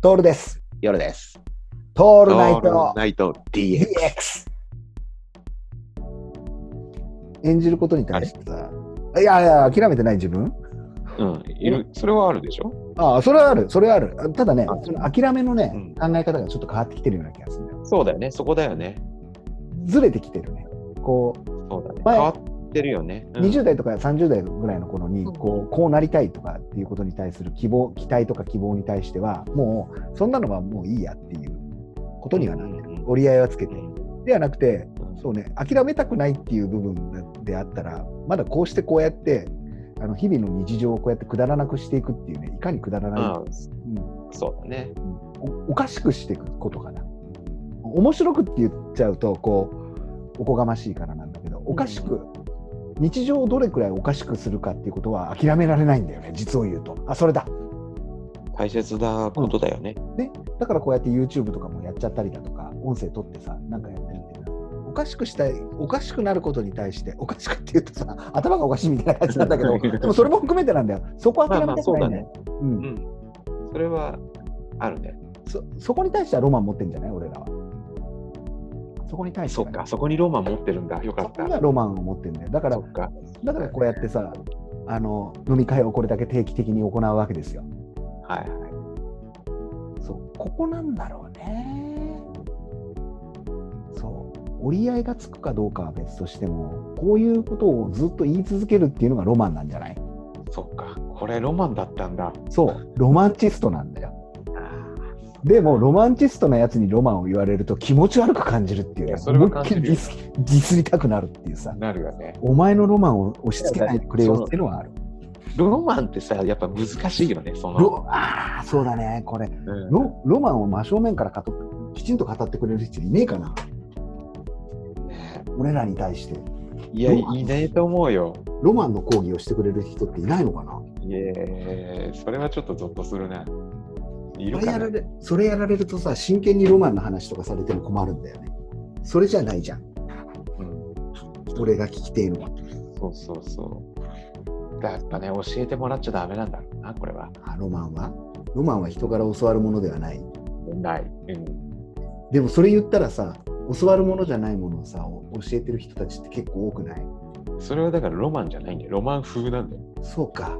トールです。夜です。トオールナイトナイト DX。 DX。演じることに対してさ、いやいや、諦めてない自分うん。いる、それはあるでしょああ、それはある、それはある。ただね、あその諦めのね、うん考え方がちょっと変わってきてるような気がするね。そうだよね。そこだよね。ずれてきてるね。こう、そうだね。前変わってるよね。うん20代とか30代ぐらいの頃にうんこうこうなりたいとかっていうことに対する希望期待とか希望に対してはもうそんなのはもういいやっていうことにはなってるうんうんうん折り合いはつけてうんではなくてそうね諦めたくないっていう部分であったらまだこうしてこうやってあの日々の日常をこうやってくだらなくしていくっていうねいかにくだらない、うん。うんそうだね。おおかしくしていくことかな面白くって言っちゃうとこうおこがましいからなんだけどおかしく、日常をどれくらいおかしくするかっていうことは諦められないんだよね実を言うとあそれだ大切なことだよね。だからこうやって YouTube とかもやっちゃったりだとか音声取ってさなんかやってるっていうのはおかしくしたいおかしくなることに対しておかしくって言うとさ頭がおかしいみたいな感じなんだけどでもそれも含めてなんだよそこは諦めたくないんだよ、うんうん。それはあるね。そそこに対してはロマン持ってるんじゃない俺らはそこに対してそはっねか。そこにロマン持ってるんだ。よかそっこた。にはロマンを持ってるんだよだからそっか。だからこうやってさあの飲み会をこれだけ定期的に行うわけですよはいはい。そうここなんだろうねそう折り合いがつくかどうかは別としてもこういうことをずっと言い続けるっていうのがロマンなんじゃないそっか。これロマンだったんだ。そうロマンチストなんだよでもロマンチストなやつにロマンを言われると気持ち悪く感じるっていういねやそれは感じる思いっきりディスディスりたくなるっていうさなるよね。お前のロマンを押し付けないでくれよっていうのはあるロマンってさ、やっぱ難しいよね。その。ロああそうだねこれうんロロマンを真正面から語っきちんと語ってくれる人いねえかなね俺らに対していや、ロマンいないと思うよ。ロマンの講義をしてくれる人っていないのかないえ、それはちょっとゾッとするね。いそるれやからなれそれやられるとさ真剣にロマンの話とかされても困るんだよねそれじゃないじゃんうん、俺が聞きてえのはそうそうそう。やっぱね、教えてもらっちゃダメなんだろうな、これは。あロマンはロマンは人から教わるものではないない。うん、でもそれ言ったらさ教わるものじゃないものをさ教えてる人たちって結構多くないそれはだからロマンじゃないんだよ。ロマン風なんだよ。そうか